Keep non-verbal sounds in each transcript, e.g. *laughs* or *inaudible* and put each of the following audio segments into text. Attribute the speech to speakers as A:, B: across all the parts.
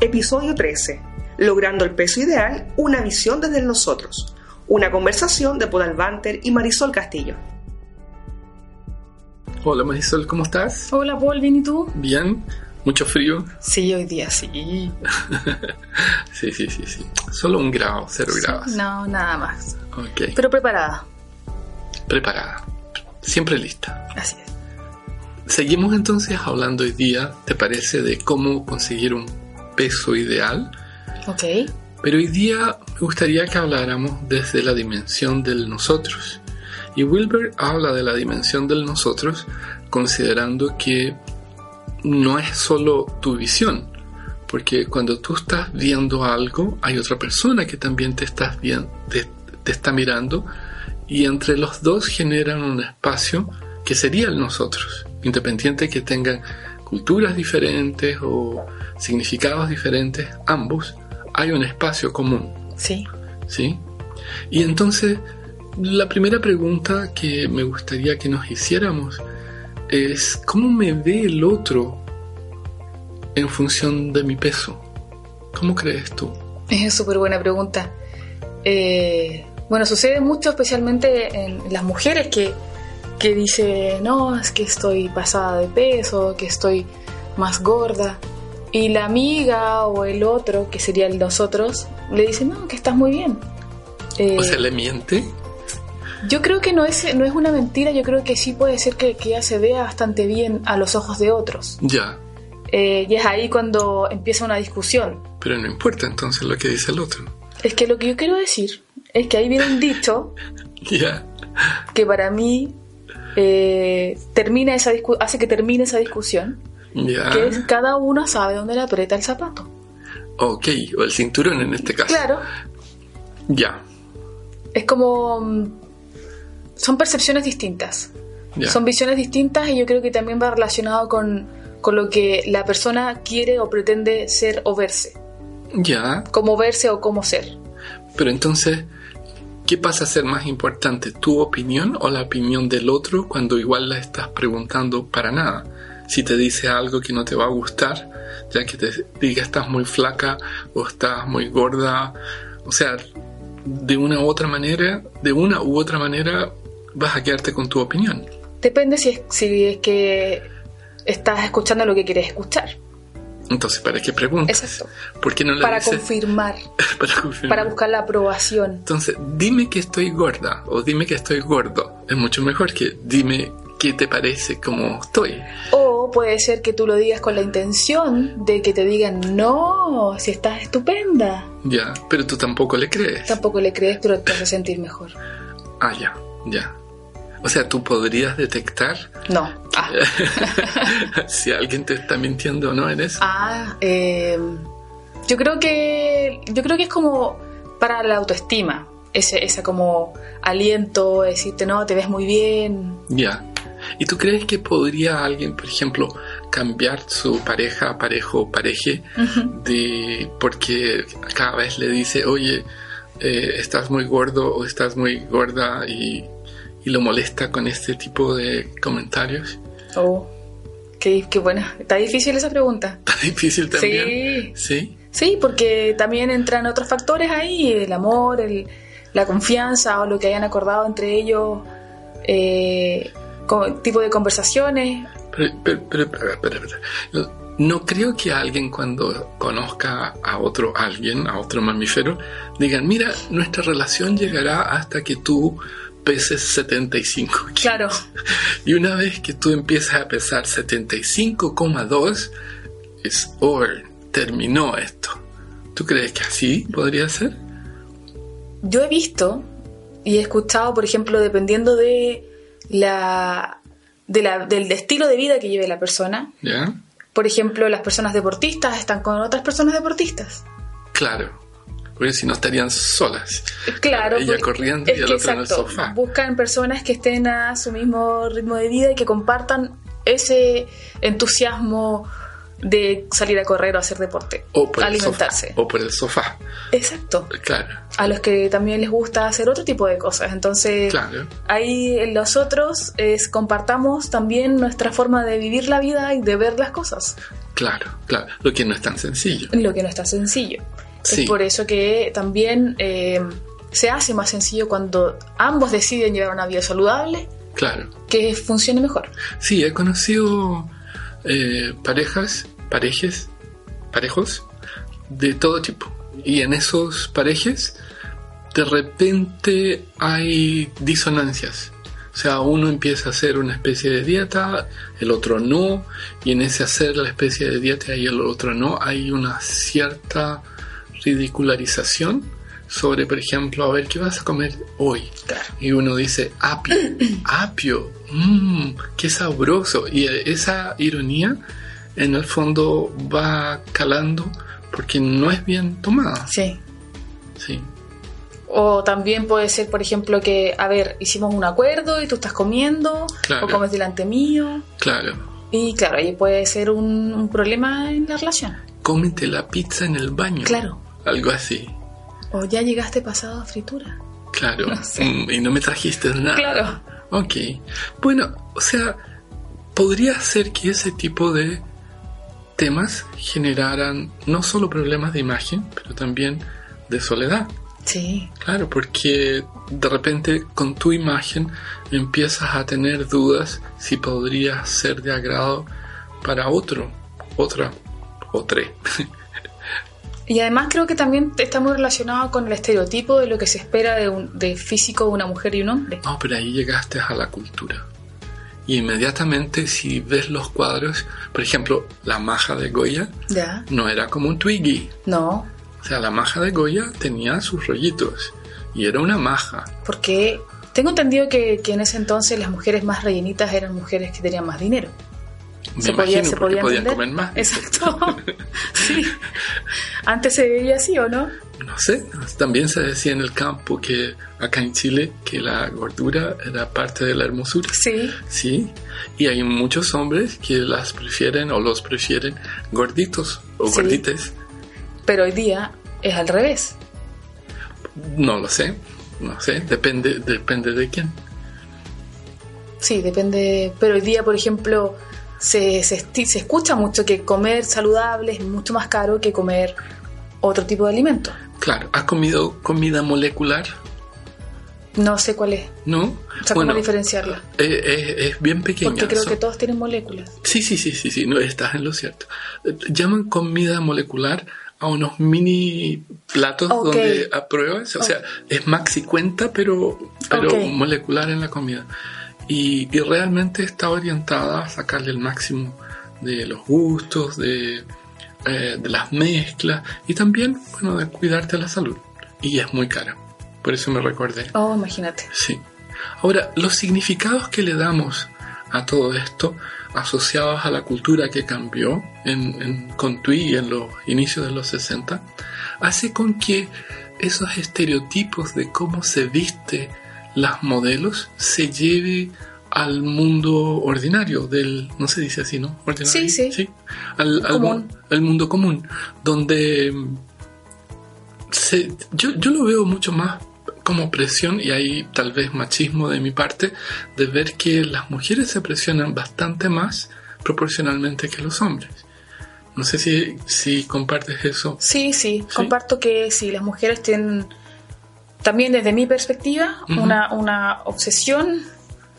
A: Episodio 13. Logrando el peso ideal, una visión desde el nosotros. Una conversación de Podal Banter y Marisol Castillo.
B: Hola Marisol, ¿cómo estás?
C: Hola Paul, ¿bien y tú?
B: Bien, mucho frío.
C: Sí, hoy día sí.
B: *laughs* sí, sí, sí, sí. Solo un grado, cero grados.
C: No, nada más.
B: Ok,
C: Pero preparada.
B: preparada. Siempre lista.
C: Así es.
B: Seguimos entonces hablando hoy día, ¿te parece? De cómo conseguir un peso ideal.
C: Ok.
B: Pero hoy día me gustaría que habláramos desde la dimensión del nosotros. Y Wilber habla de la dimensión del nosotros considerando que no es solo tu visión, porque cuando tú estás viendo algo hay otra persona que también te, estás vien- te- te está mirando y entre los dos generan un espacio que sería el nosotros, independiente que tengan culturas diferentes o significados diferentes, ambos, hay un espacio común,
C: Sí.
B: ¿sí? Y entonces, la primera pregunta que me gustaría que nos hiciéramos es, ¿cómo me ve el otro en función de mi peso? ¿Cómo crees tú?
C: Es súper buena pregunta. Eh, bueno, sucede mucho, especialmente en las mujeres que, que dicen, no, es que estoy pasada de peso, que estoy más gorda. Y la amiga o el otro, que sería el nosotros, le dice, no, que estás muy bien. Eh,
B: O sea, ¿le miente?
C: Yo creo que no es, no es una mentira, yo creo que sí puede ser que, que ella se vea bastante bien a los ojos de otros.
B: Ya,
C: Eh, y es ahí cuando empieza una discusión.
B: pero no importa entonces lo que dice el otro. *laughs*
C: Es que lo que yo quiero decir es que ahí viene un dicho
B: Ya,
C: que para mí eh, termina esa discu- hace que termine esa discusión,
B: ya.
C: que es cada uno sabe dónde le aprieta el zapato.
B: Ok, o el cinturón en este caso.
C: Claro,
B: Ya,
C: es como... mm, Son percepciones distintas.
B: ya.
C: Son visiones distintas y yo creo que también va relacionado con, con lo que la persona quiere o pretende ser o verse.
B: Ya,
C: Cómo verse o cómo ser.
B: pero entonces, ¿qué pasa a ser más importante? ¿Tu opinión o la opinión del otro cuando igual la estás preguntando para nada? Si te dice algo que no te va a gustar, ya que te diga estás muy flaca o estás muy gorda, o sea, de una u otra manera, de una u otra manera vas a quedarte con tu opinión.
C: Depende si es, si es que estás escuchando lo que quieres escuchar.
B: Entonces, ¿para qué preguntas?
C: Exacto.
B: ¿Por qué no le
C: Para
B: dices-
C: confirmar,
B: *laughs* para confirmar?
C: para buscar la aprobación.
B: Entonces, dime que estoy gorda o dime que estoy gordo. Es mucho mejor que dime qué te parece como estoy.
C: O puede ser que tú lo digas con la intención de que te digan, no, si estás estupenda.
B: Ya, pero tú tampoco le crees.
C: Tampoco le crees, pero te hace sentir mejor.
B: ah, ya, ya. O sea, tú podrías detectar *laughs*
C: No. Ah,
B: si alguien te está mintiendo o no en eso.
C: Ah, eh, yo creo que yo creo que es como para la autoestima, ese, ese como aliento, decirte no, te ves muy bien.
B: Ya. ¿Y tú crees que podría alguien, por ejemplo, cambiar su pareja, parejo, pareje, de porque cada vez le dice, oye, eh, estás muy gordo o estás muy gorda y, y lo molesta con este tipo de comentarios? *laughs*
C: Oh, qué, qué buena. Está difícil esa pregunta.
B: Está difícil también.
C: Sí,
B: Sí.
C: sí, porque también entran otros factores ahí, el amor, el- la confianza o lo que hayan acordado entre ellos, eh, co- tipo de conversaciones.
B: Pero, pero- pero- pero- pero- pero, no creo que alguien cuando conozca a otro alguien, a otro mamífero, digan, mira, nuestra relación llegará hasta que tú peses 75 kilos.
C: Claro,
B: Y una vez que tú empiezas a pesar 75,2, es over, terminó esto. ¿Tú crees que así podría ser?
C: Yo he visto y he escuchado, por ejemplo, dependiendo de la, de la- del estilo de vida que lleve la persona.
B: ¿Ya?
C: Por ejemplo, las personas deportistas están con otras personas deportistas.
B: Claro, porque si no estarían solas.
C: Claro,
B: Ella
C: porque-
B: corriendo y
C: es
B: el
C: que
B: otro en el
C: exacto,
B: sofá.
C: Buscan personas que estén a su mismo ritmo de vida y que compartan ese entusiasmo de salir a correr o hacer deporte,
B: O por el sofá.
C: alimentarse.
B: O por el sofá.
C: Exacto.
B: Claro,
C: A los que también les gusta hacer otro tipo de cosas. Entonces,
B: claro.
C: Ahí en los otros es compartamos también nuestra forma de vivir la vida y de ver las cosas.
B: Claro, claro. Lo que no es tan sencillo.
C: lo que no está sencillo.
B: Sí.
C: Es por eso que también eh, se hace más sencillo cuando ambos deciden llevar una vida saludable
B: Claro.
C: que funcione mejor.
B: Sí, he conocido eh, parejas, parejes, parejos de todo tipo. Y en esos parejes, de repente hay disonancias. O sea, uno empieza a hacer una especie de dieta, el otro no, y en ese hacer la especie de dieta y el otro no, hay una cierta ridicularización sobre, por ejemplo, a ver, ¿qué vas a comer hoy? Y uno dice, apio, apio, mmm, qué sabroso. Y eh, esa ironía en el fondo va calando porque no es bien tomada.
C: Sí.
B: Sí,
C: O también puede ser, por ejemplo, que, a ver, hicimos un acuerdo y tú estás comiendo
B: Claro.
C: o comes delante mío.
B: claro.
C: Y claro, ahí puede ser un, un problema en la relación.
B: Cómete la pizza en el baño.
C: Claro.
B: Algo así,
C: O ya llegaste pasado a fritura.
B: claro.
C: No sé.
B: Mm, y no me trajiste nada.
C: Claro.
B: Ok. Bueno, o sea, podría ser que ese tipo de temas generaran no solo problemas de imagen, pero también de soledad.
C: Sí,
B: Claro, porque de repente con tu imagen empiezas a tener dudas si podrías ser de agrado para otro, otra o tres.
C: Y además creo que también está muy relacionado con el estereotipo de lo que se espera de, un, de físico de una mujer y un hombre.
B: No, pero ahí llegaste a la cultura. Y inmediatamente si ves los cuadros, por ejemplo, la maja de Goya
C: Ya.
B: no era como un Twiggy.
C: No,
B: O sea, la maja de Goya tenía sus rollitos y era una maja.
C: porque tengo entendido que, que en ese entonces las mujeres más rellenitas eran mujeres que tenían más dinero.
B: Me
C: Se podía-
B: imagino
C: se
B: porque
C: podía
B: podían
C: entender.
B: comer más.
C: Exacto.
B: *laughs*
C: sí. Antes se veía así, ¿o no?
B: No sé, también se decía en el campo que acá en Chile que la gordura era parte de la hermosura,
C: Sí.
B: ¿sí? Y hay muchos hombres que las prefieren o los prefieren gorditos o
C: Sí.
B: gordites,
C: Pero hoy día es al revés.
B: no lo sé, no sé, depende, depende de quién.
C: Sí, depende. Pero hoy día, por ejemplo, se, se, esti- se escucha mucho que comer saludable es mucho más caro que comer otro tipo de alimento.
B: Claro, ¿has comido comida molecular?
C: No sé cuál es.
B: ¿No?
C: O sea,
B: bueno,
C: ¿cómo diferenciarla?
B: eh, eh, es bien pequeña.
C: Porque creo
B: son-
C: que todos tienen moléculas.
B: Sí, sí, sí, sí, sí, no, estás en lo cierto. Eh, Llaman comida molecular a unos mini platos
C: Ok.
B: donde apruebas, o sea, es maxi cuenta, pero, pero
C: Ok.
B: molecular en la comida. Y, y realmente está orientada a sacarle el máximo de los gustos, de, eh, de las mezclas y también, bueno, de cuidarte la salud. Y es muy cara, por eso me recordé.
C: Oh, imagínate.
B: Sí. Ahora, los significados que le damos a todo esto, asociados a la cultura que cambió en, en, con Tui en los inicios de los 60, hace con que esos estereotipos de cómo se viste las modelos se lleve al mundo ordinario del no se dice así no ordinario
C: Sí, sí.
B: al, al mu-
C: Común.
B: al mundo común donde mm, se- yo, yo lo veo mucho más como presión y hay tal vez machismo de mi parte de ver que las mujeres se presionan bastante más proporcionalmente que los hombres. No sé si, si compartes eso.
C: Sí, sí, comparto que sí, las mujeres tienen, también desde mi perspectiva,
B: Ujú.
C: una, una obsesión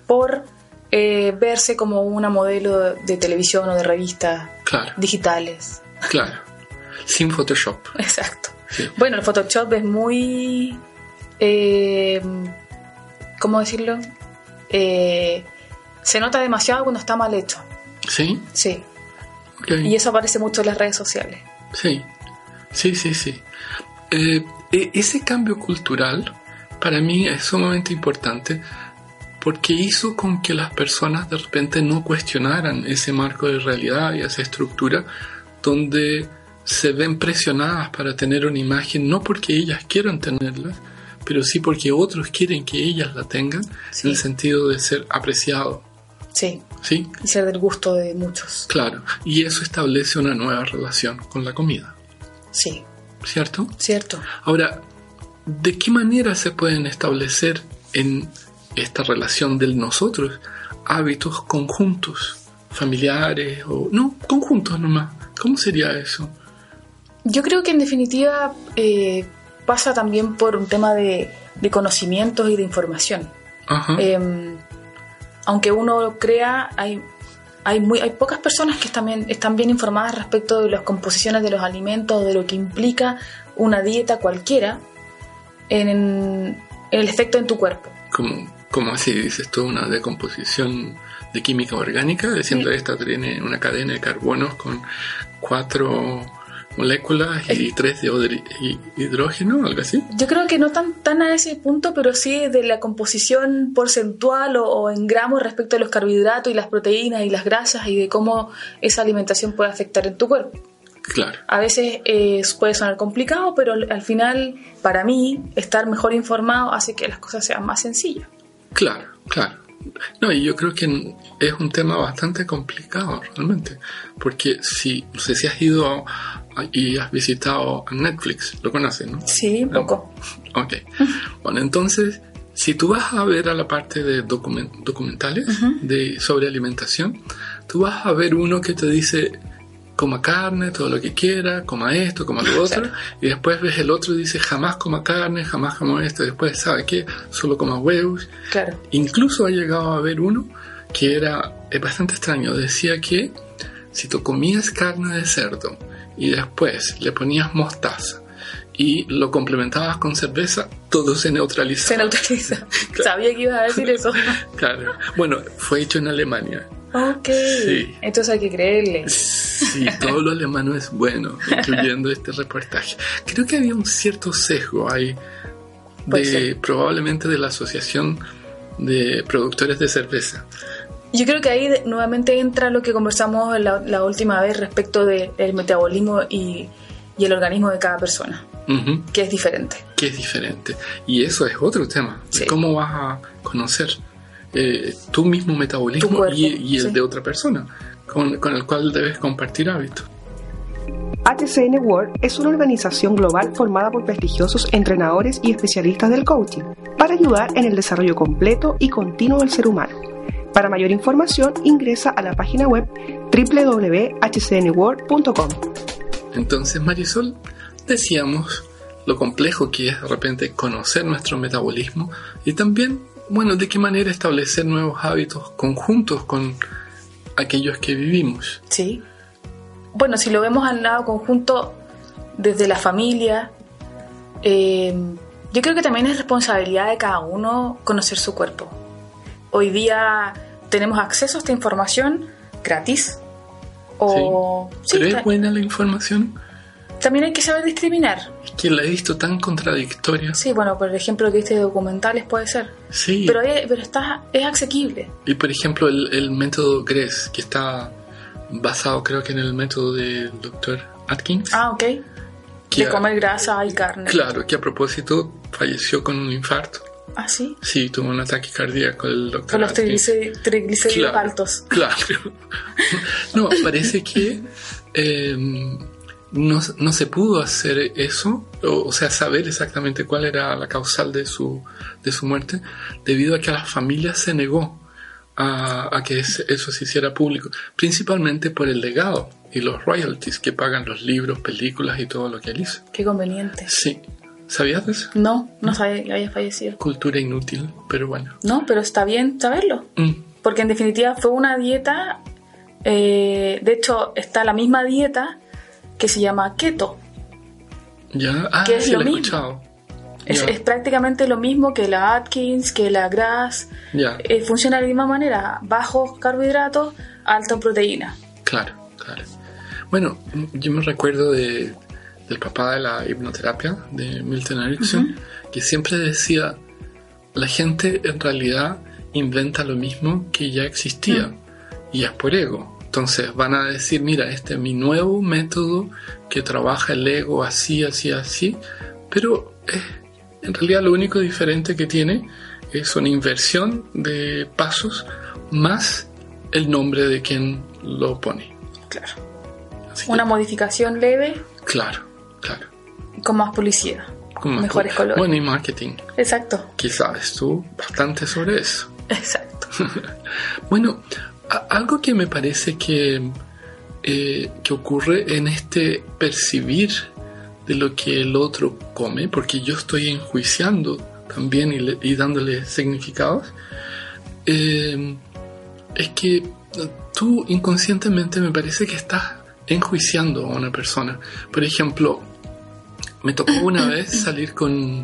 C: por eh, verse como una modelo de, de televisión o de revistas
B: Claro,
C: digitales. *laughs*
B: claro. Sin Photoshop.
C: Exacto.
B: Sí.
C: Bueno, el Photoshop es muy... eh, ¿Cómo decirlo? Eh, se nota demasiado cuando está mal hecho.
B: ¿Sí?
C: Sí.
B: Ok.
C: Y eso aparece mucho en las redes sociales.
B: Sí, sí, sí, sí. Eh, e- ese cambio cultural para mí es sumamente importante porque hizo con que las personas de repente no cuestionaran ese marco de realidad y esa estructura donde se ven presionadas para tener una imagen, no porque ellas quieran tenerla, pero sí porque otros quieren que ellas la tengan,
C: Sí.
B: en el sentido de ser apreciado,
C: Sí.
B: ¿sí?
C: y ser del gusto de muchos.
B: Claro, y eso establece una nueva relación con la comida,
C: Sí,
B: ¿cierto?
C: cierto.
B: Ahora, ¿de qué manera se pueden establecer en esta relación del nosotros hábitos conjuntos, familiares o no, conjuntos nomás, ¿Cómo sería eso?
C: Yo creo que en definitiva eh, pasa también por un tema de, de conocimientos y de información.
B: Ajá.
C: Eh, aunque uno lo crea, hay, hay, muy, hay pocas personas que también están bien informadas respecto de las composiciones de los alimentos, de lo que implica una dieta cualquiera en, en el efecto en tu cuerpo.
B: como, como así dices tú, una decomposición de química orgánica, diciendo esta tiene una cadena de carbonos con cuatro moléculas y tres de odri- y- hidrógeno, algo así.
C: Yo creo que no tan, tan a ese punto, pero sí de la composición porcentual o, o en gramos respecto a los carbohidratos y las proteínas y las grasas y de cómo esa alimentación puede afectar en tu cuerpo.
B: Claro.
C: A veces eh, puede sonar complicado, pero al al final, para mí, estar mejor informado hace que las cosas sean más sencillas.
B: Claro, claro. No, y yo creo que es un tema bastante complicado realmente, porque si, no sé si has ido a- y has visitado Netflix, lo conoces, ¿no?
C: Sí, un poco.
B: Ok. Bueno, entonces, si tú vas a ver a la parte de documen- documentales de, sobre alimentación, tú vas a ver uno que te dice coma carne, todo lo que quiera, coma esto, coma lo otro, y después ves el otro y dice jamás coma carne, jamás coma esto, y después, ¿sabe qué? Solo coma huevos.
C: Claro.
B: Incluso he llegado a ver uno que era eh, bastante extraño. Decía que si tú comías carne de cerdo y después le ponías mostaza y lo complementabas con cerveza, todo se *laughs* neutralizaba.
C: Se neutraliza. *laughs* Sabía que ibas a decir eso.
B: Claro. Bueno, fue hecho en Alemania.
C: ok.
B: Sí.
C: Entonces hay que creerle.
B: Sí,
C: *laughs*
B: todo lo alemán es bueno, incluyendo este reportaje. Creo que había un cierto sesgo ahí,
C: Puede
B: de,
C: ser.
B: probablemente de la Asociación de Productores de Cerveza.
C: Yo creo que ahí de- nuevamente entra lo que conversamos la, la última vez respecto del metabolismo y, y el organismo de cada persona,
B: Ujú.
C: que es diferente.
B: que es diferente. Y eso es otro tema. de
C: Sí.
B: ¿Cómo vas a conocer eh, tu mismo metabolismo
C: Tu cuerpo,
B: y, y el
C: sí.
B: de otra persona con, con el cual debes compartir hábitos?
A: HCN World es una organización global formada por prestigiosos entrenadores y especialistas del coaching para ayudar en el desarrollo completo y continuo del ser humano. Para mayor información ingresa a la página web www.hcnworld.com.
B: Entonces, Marisol, decíamos lo complejo que es de repente conocer nuestro metabolismo y también, bueno, de qué manera establecer nuevos hábitos conjuntos con aquellos que vivimos.
C: Sí. Bueno, si lo vemos al lado conjunto, desde la familia, eh, yo creo que también es responsabilidad de cada uno conocer su cuerpo. Hoy día tenemos acceso a esta información gratis. O, sí,
B: ¿Pero
C: ta-
B: es buena la información?
C: también hay que saber discriminar.
B: Es que la he visto tan contradictoria.
C: Sí, bueno, por ejemplo, que este de documentales puede ser.
B: Sí.
C: Pero, es, pero está, es asequible.
B: Y por ejemplo, el, el método GRES, que está basado creo que en el método del doctor Atkins.
C: Ah, ok.
B: que
C: De
B: a-
C: comer grasa y carne.
B: Claro, que a propósito falleció con un infarto.
C: Ah, sí.
B: Sí, tuvo un ataque cardíaco el doctor
C: Con los
B: Atkins.
C: triglice- triglicéridos
B: Claro,
C: altos.
B: Claro. *laughs* No, parece que eh, no, no se pudo hacer eso, o, o sea, saber exactamente cuál era la causal de su, de su muerte, debido a que la familia se negó a, a que es- eso se hiciera público, principalmente por el legado y los royalties que pagan los libros, películas y todo lo que él hizo.
C: Qué conveniente.
B: Sí, ¿sabías de eso?
C: No, no sabía que había fallecido.
B: Cultura inútil, pero bueno.
C: No, pero está bien saberlo.
B: Mm,
C: Porque en definitiva fue una dieta. eh, de hecho, está la misma dieta que se llama keto.
B: ya, ah,
C: Que es
B: sí, lo
C: lo
B: he
C: mismo.
B: escuchado.
C: Es,
B: Ya,
C: es prácticamente lo mismo que la Atkins, que la GRAS.
B: ya.
C: eh, funciona de la misma manera, bajos carbohidratos, alta en proteína.
B: Claro, claro. Bueno, m- yo me recuerdo de, del papá de la hipnoterapia, de Milton Erickson, que siempre decía, la gente en realidad inventa lo mismo que ya existía y es por ego. Entonces van a decir, mira, este es mi nuevo método que trabaja el ego así, así, así, pero eh, en realidad lo único diferente que tiene es una inversión de pasos más el nombre de quien lo pone.
C: Claro.
B: Así que,
C: Una modificación leve
B: claro, claro.
C: con más publicidad.
B: Con más
C: Mejores
B: col-
C: colores.
B: Bueno, y marketing,
C: Exacto,
B: que sabes tú bastante sobre eso.
C: exacto.
B: Bueno, a- algo que me parece que eh, que ocurre en este percibir de lo que el otro come, porque yo estoy enjuiciando también y, le, y dándole significados, eh, es que tú inconscientemente me parece que estás enjuiciando a una persona. Por ejemplo, me tocó una vez salir con,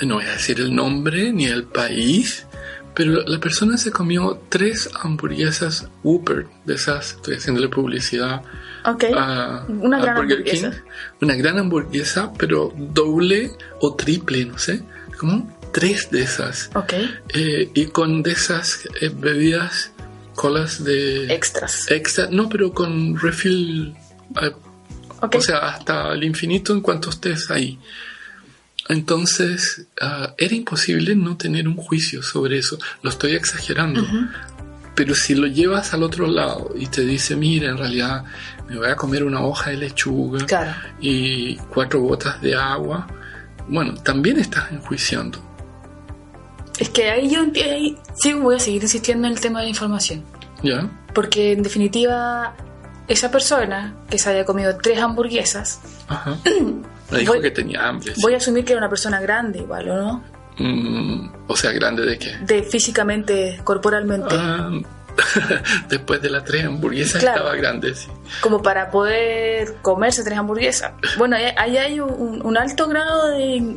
B: no voy a decir el nombre ni el país, pero la persona se comió tres hamburguesas Whopper, de esas, estoy haciéndole publicidad.
C: Okay.
B: Ah.
C: A, ¿Eh? una a gran Burger hamburguesa. King.
B: Una gran hamburguesa, pero doble o triple, no sé. Como tres de esas.
C: Okay.
B: Eh, y con de esas eh, bebidas, colas de...
C: Extras.
B: Extra, no, pero con refill, eh, okay. o sea, hasta el infinito en cuanto estés ahí. Entonces, uh, era imposible no tener un juicio sobre eso. Lo estoy exagerando. Uh -huh. Pero si lo llevas al otro lado y te dice, mira, en realidad me voy a comer una hoja de lechuga
C: claro.
B: y cuatro gotas de agua, bueno, también estás enjuiciando.
C: Es que ahí yo ahí, sí voy a seguir insistiendo en el tema de la información.
B: ¿Ya?
C: Porque en definitiva, esa persona que se haya comido tres hamburguesas...
B: Ajá. Me dijo
C: Voy-
B: que tenía hambre. sí.
C: Voy a asumir que era una persona grande igual, ¿o no?
B: Mm, o sea, grande de qué.
C: De físicamente, corporalmente,
B: Ah, *laughs* después de las tres hamburguesas
C: Claro.
B: estaba grande, sí.
C: como para poder comerse tres hamburguesas. Bueno, ahí- ahí hay un, un alto grado de,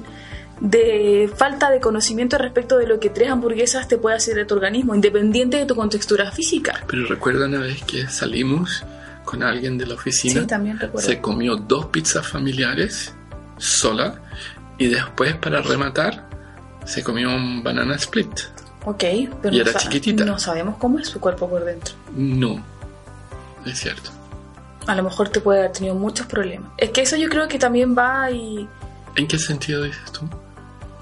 C: de falta de conocimiento respecto de lo que tres hamburguesas te puede hacer de tu organismo, independiente de tu contextura física.
B: Pero recuerda una vez que salimos con alguien de la oficina.
C: Sí, también recuerdo.
B: se comió dos pizzas familiares sola y después para rematar se comió un banana split.
C: Ok, pero
B: Y
C: no
B: era
C: sa-
B: chiquitita.
C: No sabemos cómo es su cuerpo por dentro.
B: No, es cierto.
C: A lo mejor te puede haber tenido muchos problemas. Es que eso yo creo que también va y...
B: ¿En qué sentido dices tú?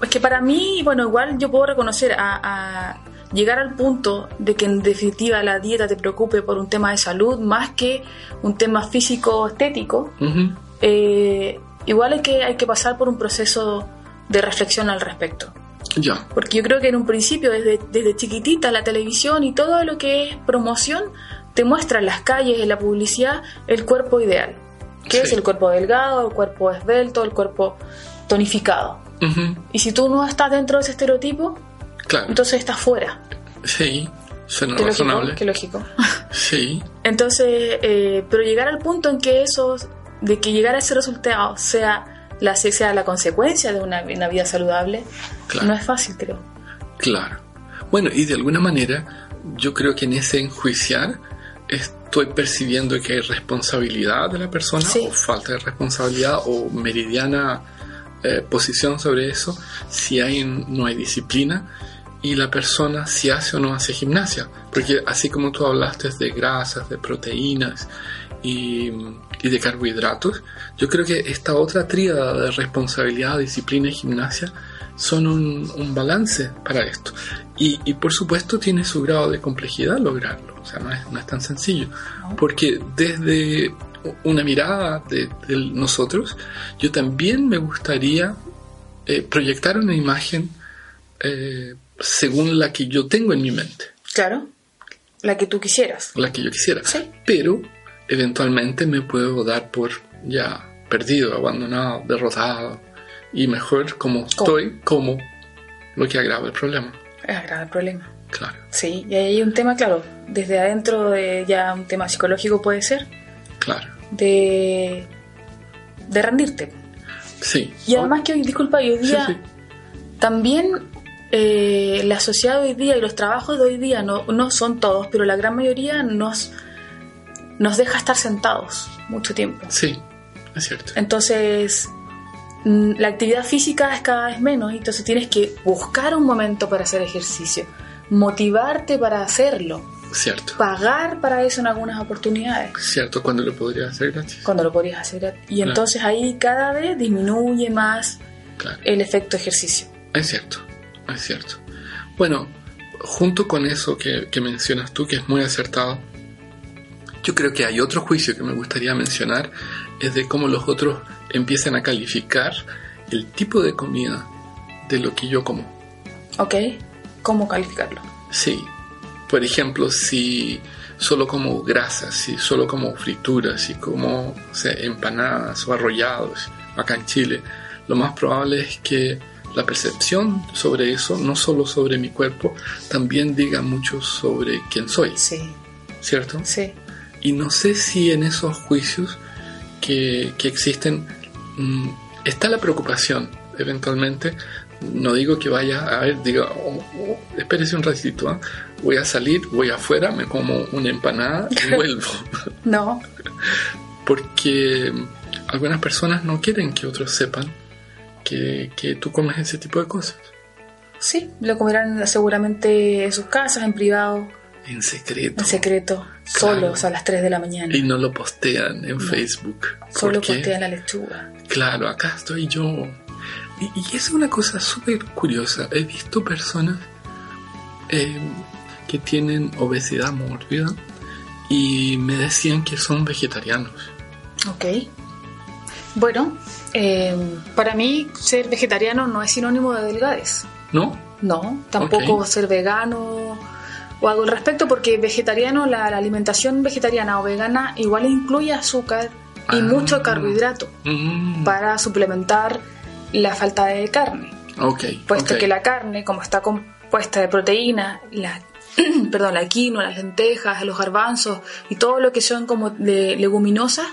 C: Es que para mí, bueno, igual yo puedo reconocer a, a llegar al punto de que en definitiva la dieta te preocupe por un tema de salud más que un tema físico-estético.
B: Ujú.
C: eh, igual hay que, hay que pasar por un proceso de reflexión al respecto.
B: Ya,
C: Porque yo creo que en un principio, desde, desde chiquitita, la televisión y todo lo que es promoción te muestra en las calles, en la publicidad, el cuerpo ideal. Que
B: Sí.
C: es el cuerpo delgado, el cuerpo esbelto, el cuerpo tonificado.
B: Ujú.
C: Y si tú no estás dentro de ese estereotipo,
B: claro.
C: entonces estás fuera.
B: sí, suena
C: Qué lógico,
B: razonable.
C: qué lógico.
B: Sí,
C: Entonces, eh, pero llegar al punto en que eso, de que llegar a ese resultado sea la, sea la consecuencia de una, una vida saludable,
B: Claro.
C: no es fácil, creo.
B: claro. Bueno, y de alguna manera yo creo que en ese enjuiciar estoy percibiendo que hay responsabilidad de la persona
C: Sí.
B: o falta de responsabilidad o meridiana eh, posición sobre eso, si hay no hay disciplina y la persona si hace o no hace gimnasia. Porque así como tú hablaste de grasas, de proteínas y, y de carbohidratos, yo creo que esta otra tríada de responsabilidad, disciplina y gimnasia son un, un balance para esto. Y, y por supuesto tiene su grado de complejidad lograrlo, o sea, no es, no es tan sencillo. Porque desde una mirada de, de nosotros, yo también me gustaría eh, proyectar una imagen eh, según la que yo tengo en mi mente,
C: Claro, la que tú quisieras.
B: la que yo quisiera.
C: Sí.
B: Pero eventualmente me puedo dar por ya perdido, abandonado, derrotado y mejor como estoy, como lo que agrava el problema.
C: Es un grave problema.
B: Claro,
C: Sí, y ahí hay un tema, claro, desde adentro de ya un tema psicológico puede ser,
B: claro.
C: de, de rendirte.
B: Sí.
C: Y además que hoy, disculpa, y hoy
B: Oh. Sí,
C: día
B: sí.
C: También eh, la sociedad de hoy día y los trabajos de hoy día, no, no son todos, pero la gran mayoría nos, nos deja estar sentados mucho tiempo.
B: Sí, es cierto.
C: Entonces, mm, la actividad física es cada vez menos, y entonces tienes que buscar un momento para hacer ejercicio, motivarte para hacerlo,
B: Cierto.
C: pagar para eso en algunas oportunidades
B: Cierto, cuando lo podría hacer gratis.
C: cuando lo podrías hacer. gratis. Y
B: Claro.
C: entonces ahí cada vez disminuye más
B: Claro.
C: el efecto ejercicio.
B: Es cierto, es cierto. Bueno, junto con eso que, que mencionas tú, que es muy acertado, yo creo que hay otro juicio que me gustaría mencionar, es de cómo los otros empiezan a calificar el tipo de comida de lo que yo como.
C: ¿Ok? ¿Cómo calificarlo?
B: Sí. Por ejemplo, si solo como grasas y solo como frituras y como o sea, empanadas o arrollados acá en Chile, lo más probable es que la percepción sobre eso, no solo sobre mi cuerpo, también diga mucho sobre quién soy,
C: Sí,
B: ¿cierto?
C: sí.
B: Y no sé si en esos juicios que, que existen mm, está la preocupación, eventualmente. No digo que vaya a ver, diga, "Oh, oh, espérese un ratito, ¿ah? voy a salir, voy afuera, me como una empanada
C: *laughs*
B: y vuelvo.
C: No,
B: Porque algunas personas no quieren que otros sepan que, que tú comes ese tipo de cosas.
C: sí, lo comerán seguramente en sus casas, en privado,
B: En secreto.
C: en secreto, solos a las 3 de la mañana.
B: Y no lo postean en Facebook.
C: Solo
B: porque-
C: postean la lechuga.
B: Claro, acá estoy yo. Y, y es una cosa súper curiosa. He visto personas eh, que tienen obesidad mórbida y me decían que son vegetarianos.
C: Ok. Bueno, eh, para mí ser vegetariano no es sinónimo de delgadez.
B: ¿No?
C: No, tampoco
B: Ok.
C: ser vegano o algo al respecto, porque vegetariano, la, la alimentación vegetariana o vegana igual incluye azúcar y
B: Ah.
C: mucho carbohidrato
B: Mm,
C: para suplementar la falta de carne,
B: ok.
C: puesto
B: ok.
C: que la carne, como está compuesta de proteína, la, *clears throat* perdón, la quinoa, las lentejas, los garbanzos y todo lo que son como de leguminosas,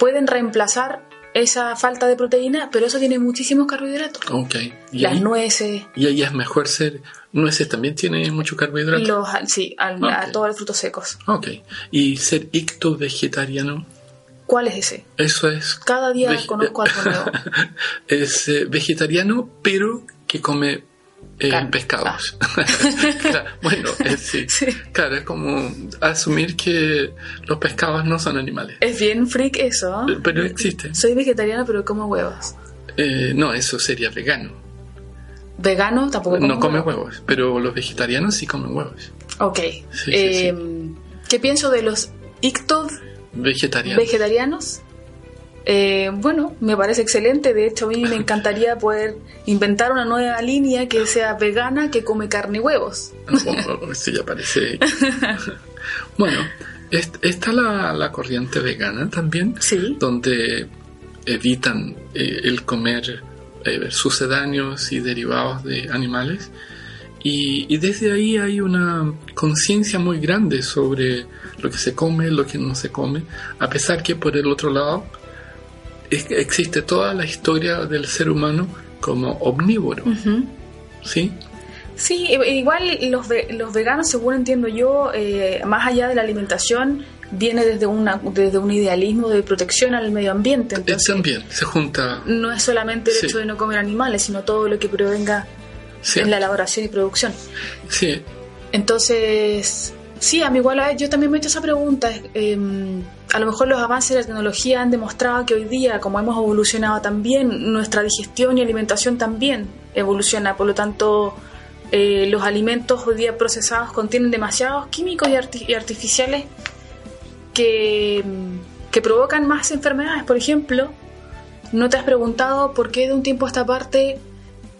C: pueden reemplazar esa falta de proteína, pero eso tiene muchísimos carbohidratos.
B: Ok. Y
C: Las
B: ahí,
C: nueces,
B: y ahí es mejor ser. Nueces también tiene mucho carbohidrato.
C: Los, al- sí, al-
B: Ah, ok.
C: a todos los frutos secos.
B: Ok. Y ser icto vegetariano,
C: ¿Cuál es ese?
B: eso es
C: Cada día
B: Vege-
C: conozco algo nuevo.
B: *laughs* es eh, vegetariano, pero que come eh,
C: Carne. Ah.
B: pescados. *laughs* Claro, bueno,
C: *laughs*
B: es, sí.
C: Sí.
B: Claro, es como asumir que los pescados no son animales.
C: Es bien freak eso. ¿eh?
B: Pero existen.
C: Soy vegetariana pero como huevos.
B: Eh, no, eso sería vegano.
C: Vegano tampoco como
B: No come
C: huevos.
B: huevos, pero los vegetarianos sí comen huevos.
C: Ok.
B: sí,
C: Eh, ¿Qué pienso de los ictod
B: Vegetarianos. *laughs*
C: vegetarianos? Eh, bueno, me parece excelente. De hecho,
B: *laughs*
C: a mí me encantaría poder inventar una nueva línea que sea vegana que come carne y huevos.
B: Bueno, esto ya
C: *laughs*
B: parece. bueno, est- está la, la corriente vegana también,
C: Sí.
B: donde evitan eh, el comer eh, sucedáneos y derivados de animales. Y, y desde ahí hay una conciencia muy grande sobre lo que se come, lo que no se come, a pesar que por el otro lado es- existe toda la historia del ser humano como omnívoro,
C: Ujú.
B: ¿sí?
C: Sí, i- igual los, ve- los veganos, según entiendo yo, eh, más allá de la alimentación, viene desde, una, desde un idealismo de protección al medio ambiente.
B: Eh,
C: Entonces,
B: También se junta
C: no es solamente el
B: Sí.
C: hecho de no comer animales, sino todo lo que provenga
B: sí,
C: en la elaboración y producción.
B: sí,
C: Entonces, sí, a mí igual a- yo también me he hecho esa pregunta. eh, a lo mejor los avances de la tecnología han demostrado que hoy día, como hemos evolucionado también, nuestra digestión y alimentación también evoluciona. Por lo tanto, eh, los alimentos hoy día procesados contienen demasiados químicos y, arti- y artificiales que, mm, que provocan más enfermedades. Por ejemplo, ¿no te has preguntado por qué de un tiempo a esta parte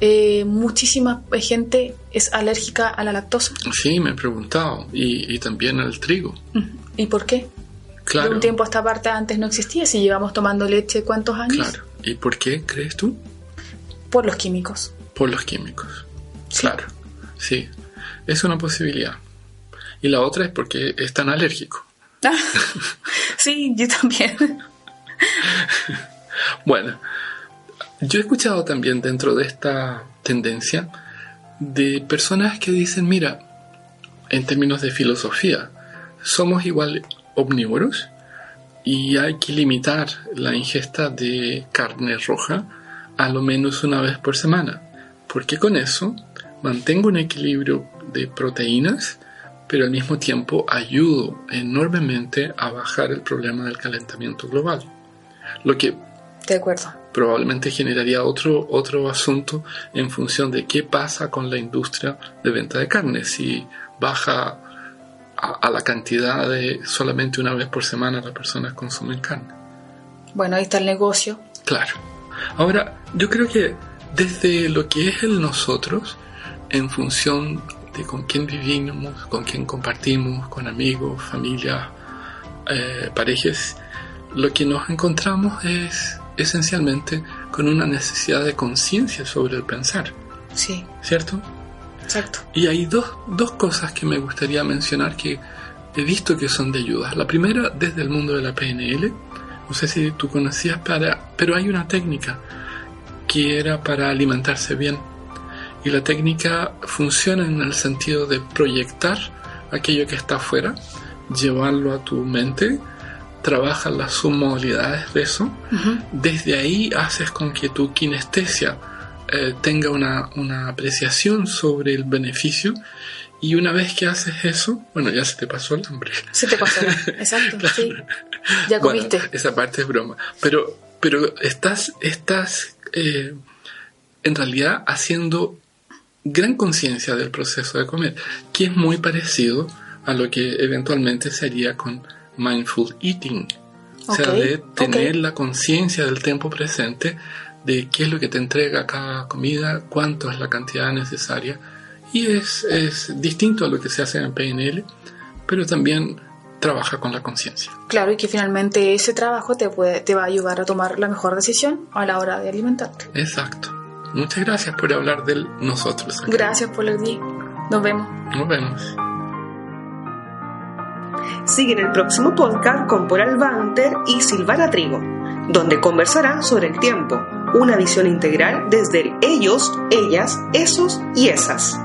C: eh, muchísima gente es alérgica a la lactosa?
B: sí, me he preguntado. Y, y también al trigo,
C: ¿Y por qué?
B: claro.
C: De un tiempo a esta parte antes no existía. Si llevamos tomando leche, ¿cuántos años?
B: Claro. ¿Y por qué crees tú?
C: Por
B: *laughs*
C: los químicos.
B: Por los químicos.
C: Sí.
B: Claro. Sí. Es una posibilidad. Y la otra es porque es tan alérgico.
C: sí, yo también.
B: Bueno, yo he escuchado también dentro de esta tendencia de personas que dicen, mira, en términos de filosofía, somos igual omnívoros y hay que limitar la ingesta de carne roja a lo menos una vez por semana, porque con eso mantengo un equilibrio de proteínas, pero al mismo tiempo ayudo enormemente a bajar el problema del calentamiento global. Lo que
C: De acuerdo.
B: probablemente generaría otro, otro asunto en función de qué pasa con la industria de venta de carne, si baja a, a la cantidad de solamente una vez por semana las personas consumen carne.
C: Bueno, ahí está el negocio.
B: Claro. Ahora, yo creo que desde lo que es el nosotros, en función gente, con quién vivimos, con quién compartimos, con amigos, familia, eh, parejas, lo que nos encontramos es esencialmente con una necesidad de conciencia sobre el pensar,
C: Sí,
B: ¿cierto?
C: exacto.
B: Y hay dos, dos cosas que me gustaría mencionar que he visto que son de ayuda. La primera, desde el mundo de la PNL, no sé si tú conocías, para, pero hay una técnica que era para alimentarse bien. Y la técnica funciona en el sentido de proyectar aquello que está afuera, llevarlo a tu mente, trabajas las submodalidades de eso
C: Ujú.
B: desde ahí haces con que tu kinestesia eh, tenga una, una apreciación sobre el beneficio y una vez que haces eso, bueno, ya se te pasó el hambre.
C: Se te pasó.
B: *laughs*
C: Exacto, sí. Ya
B: Bueno,
C: comiste.
B: esa parte es broma, pero, pero estás, estás eh, en realidad haciendo gran conciencia del proceso de comer, que es muy parecido a lo que eventualmente se haría con mindful eating. O sea,
C: Ok,
B: de
C: ok.
B: tener la conciencia del tiempo presente, de qué es lo que te entrega cada comida, cuánto es la cantidad necesaria. Y es, es distinto a lo que se hace en PNL, pero también trabaja con la conciencia.
C: Claro, y que finalmente ese trabajo te, puede, te va a ayudar a tomar la mejor decisión a la hora de alimentarte.
B: Exacto. Muchas gracias por hablar del nosotros. acá.
C: Gracias por el día. Nos vemos.
B: Nos vemos.
A: Siguen el próximo podcast con Poral Banter y Silvana Trigo, donde conversarán sobre el tiempo, una visión integral desde el ellos, ellas, esos y esas.